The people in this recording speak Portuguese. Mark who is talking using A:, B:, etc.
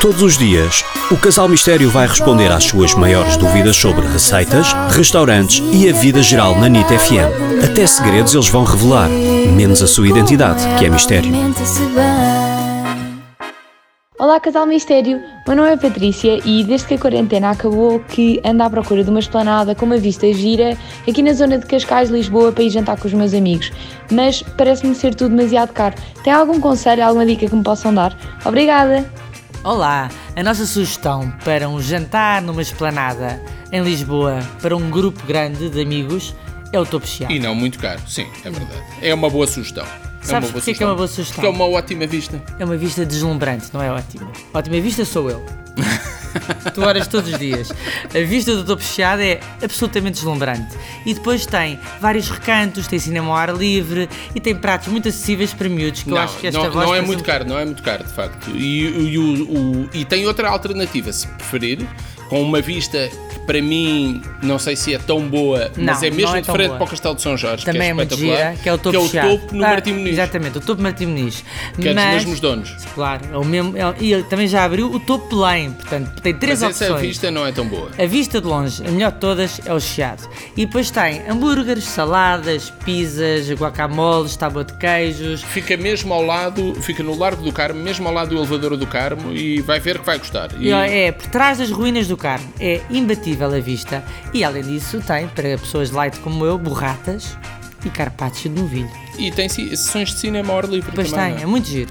A: Todos os dias, o Casal Mistério vai responder às suas maiores dúvidas sobre receitas, restaurantes e a vida geral na NIT FM. Até segredos eles vão revelar, menos a sua identidade, que é mistério.
B: Olá, casal mistério! Meu nome é Patrícia e desde que a quarentena acabou que ando à procura de uma esplanada com uma vista gira aqui na zona de Cascais, Lisboa, para ir jantar com os meus amigos. Mas parece-me ser tudo demasiado caro. Tem algum conselho, alguma dica que me possam dar? Obrigada!
C: Olá, a nossa sugestão para um jantar numa esplanada em Lisboa para um grupo grande de amigos é o Topo Chiado.
D: E não muito caro, sim, é verdade. É uma boa sugestão. É
C: Sabes
D: uma boa
C: porquê que é uma boa sugestão?
D: Porque é uma ótima vista.
C: É uma vista deslumbrante, não é ótima? Ótima vista sou eu. tu horas todos os dias. A vista do Topo Chiado é absolutamente deslumbrante. E depois tem vários recantos, tem cinema ao ar livre e tem pratos muito acessíveis para miúdos que
D: não,
C: eu acho que esta
D: não,
C: voz
D: não é
C: faz
D: muito
C: um-
D: caro, não é muito caro, de facto. E, e o- o- e tem outra alternativa, se preferir, com uma vista que para mim não sei se é tão boa, mas
C: Não,
D: é mesmo
C: não é tão
D: diferente
C: boa.
D: para o Castelo de São Jorge,
C: Também
D: que é,
C: é muito
D: espetacular,
C: gira, que é o Topo Chiado.
D: topo no
C: Ah,
D: Martim Muniz,
C: Exatamente, o Topo Martim Muniz.
D: que é dos
C: Mas-
D: mesmos donos.
C: Claro, é o mesmo. é- e ele também já abriu o topo Belém, portanto, tem três
D: Mas essa
C: opções.
D: vista não é tão boa.
C: A vista de longe, a melhor de todas, é o Chiado. E depois tem hambúrgueres, saladas, pizzas, guacamoles, tábua de queijos.
D: Fica mesmo ao lado, fica no Largo do Carmo, mesmo ao lado do elevador do Carmo e vai ver que vai gostar.
C: E, ó, é por trás das ruínas do Carmo. É imbatível a vista. E além disso, tem, para pessoas light como eu, borratas e carpaccio de novilho.
D: e tem si- sessões de cinema ao ar livre
C: Depois tem,
D: também.
C: é
D: não é?
C: muito giro.